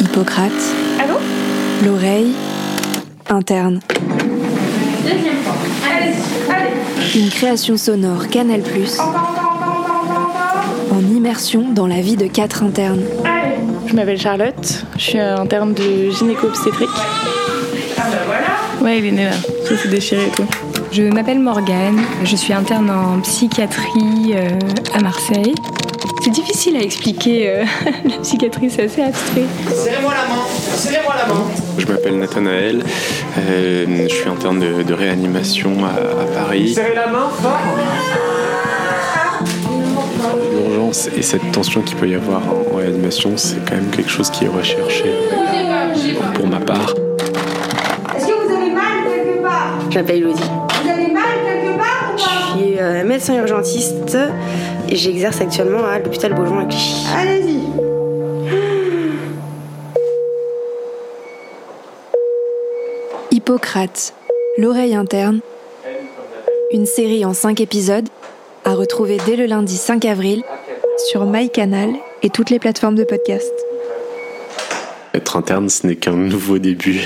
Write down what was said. Hippocrate. Allô L'oreille interne. Deuxième fois. Allez, allez. Une création sonore Canal Encore, encore, encore, encore, encore, en immersion dans la vie de quatre internes. encore. Allez. Je m'appelle Charlotte, je suis interne de gynéco-obstétrique. Ah bah voilà. Ouais, il est né là, ça s'est déchiré et tout. Je m'appelle Morgane, je suis interne en psychiatrie euh, à Marseille. C'est difficile à expliquer, euh, la psychiatrie c'est assez abstrait. Serrez-moi la main, serrez-moi la main. Je m'appelle Nathanaël, euh, je suis interne de, de réanimation à, à Paris. Serrez la main, fort. L'urgence et cette tension qu'il peut y avoir en réanimation, c'est quand même quelque chose qui est recherché pour ma part. Est-ce que vous avez mal quelque part Je m'appelle Elodie. Vous avez mal quelque part ou Je pas suis euh, médecin urgentiste et j'exerce actuellement à l'hôpital Beaujon à Clichy. Allez-y. Hippocrate, l'oreille interne. Une série en cinq épisodes à retrouver dès le lundi 5 avril sur MyCanal et toutes les plateformes de podcast. Être interne, ce n'est qu'un nouveau début.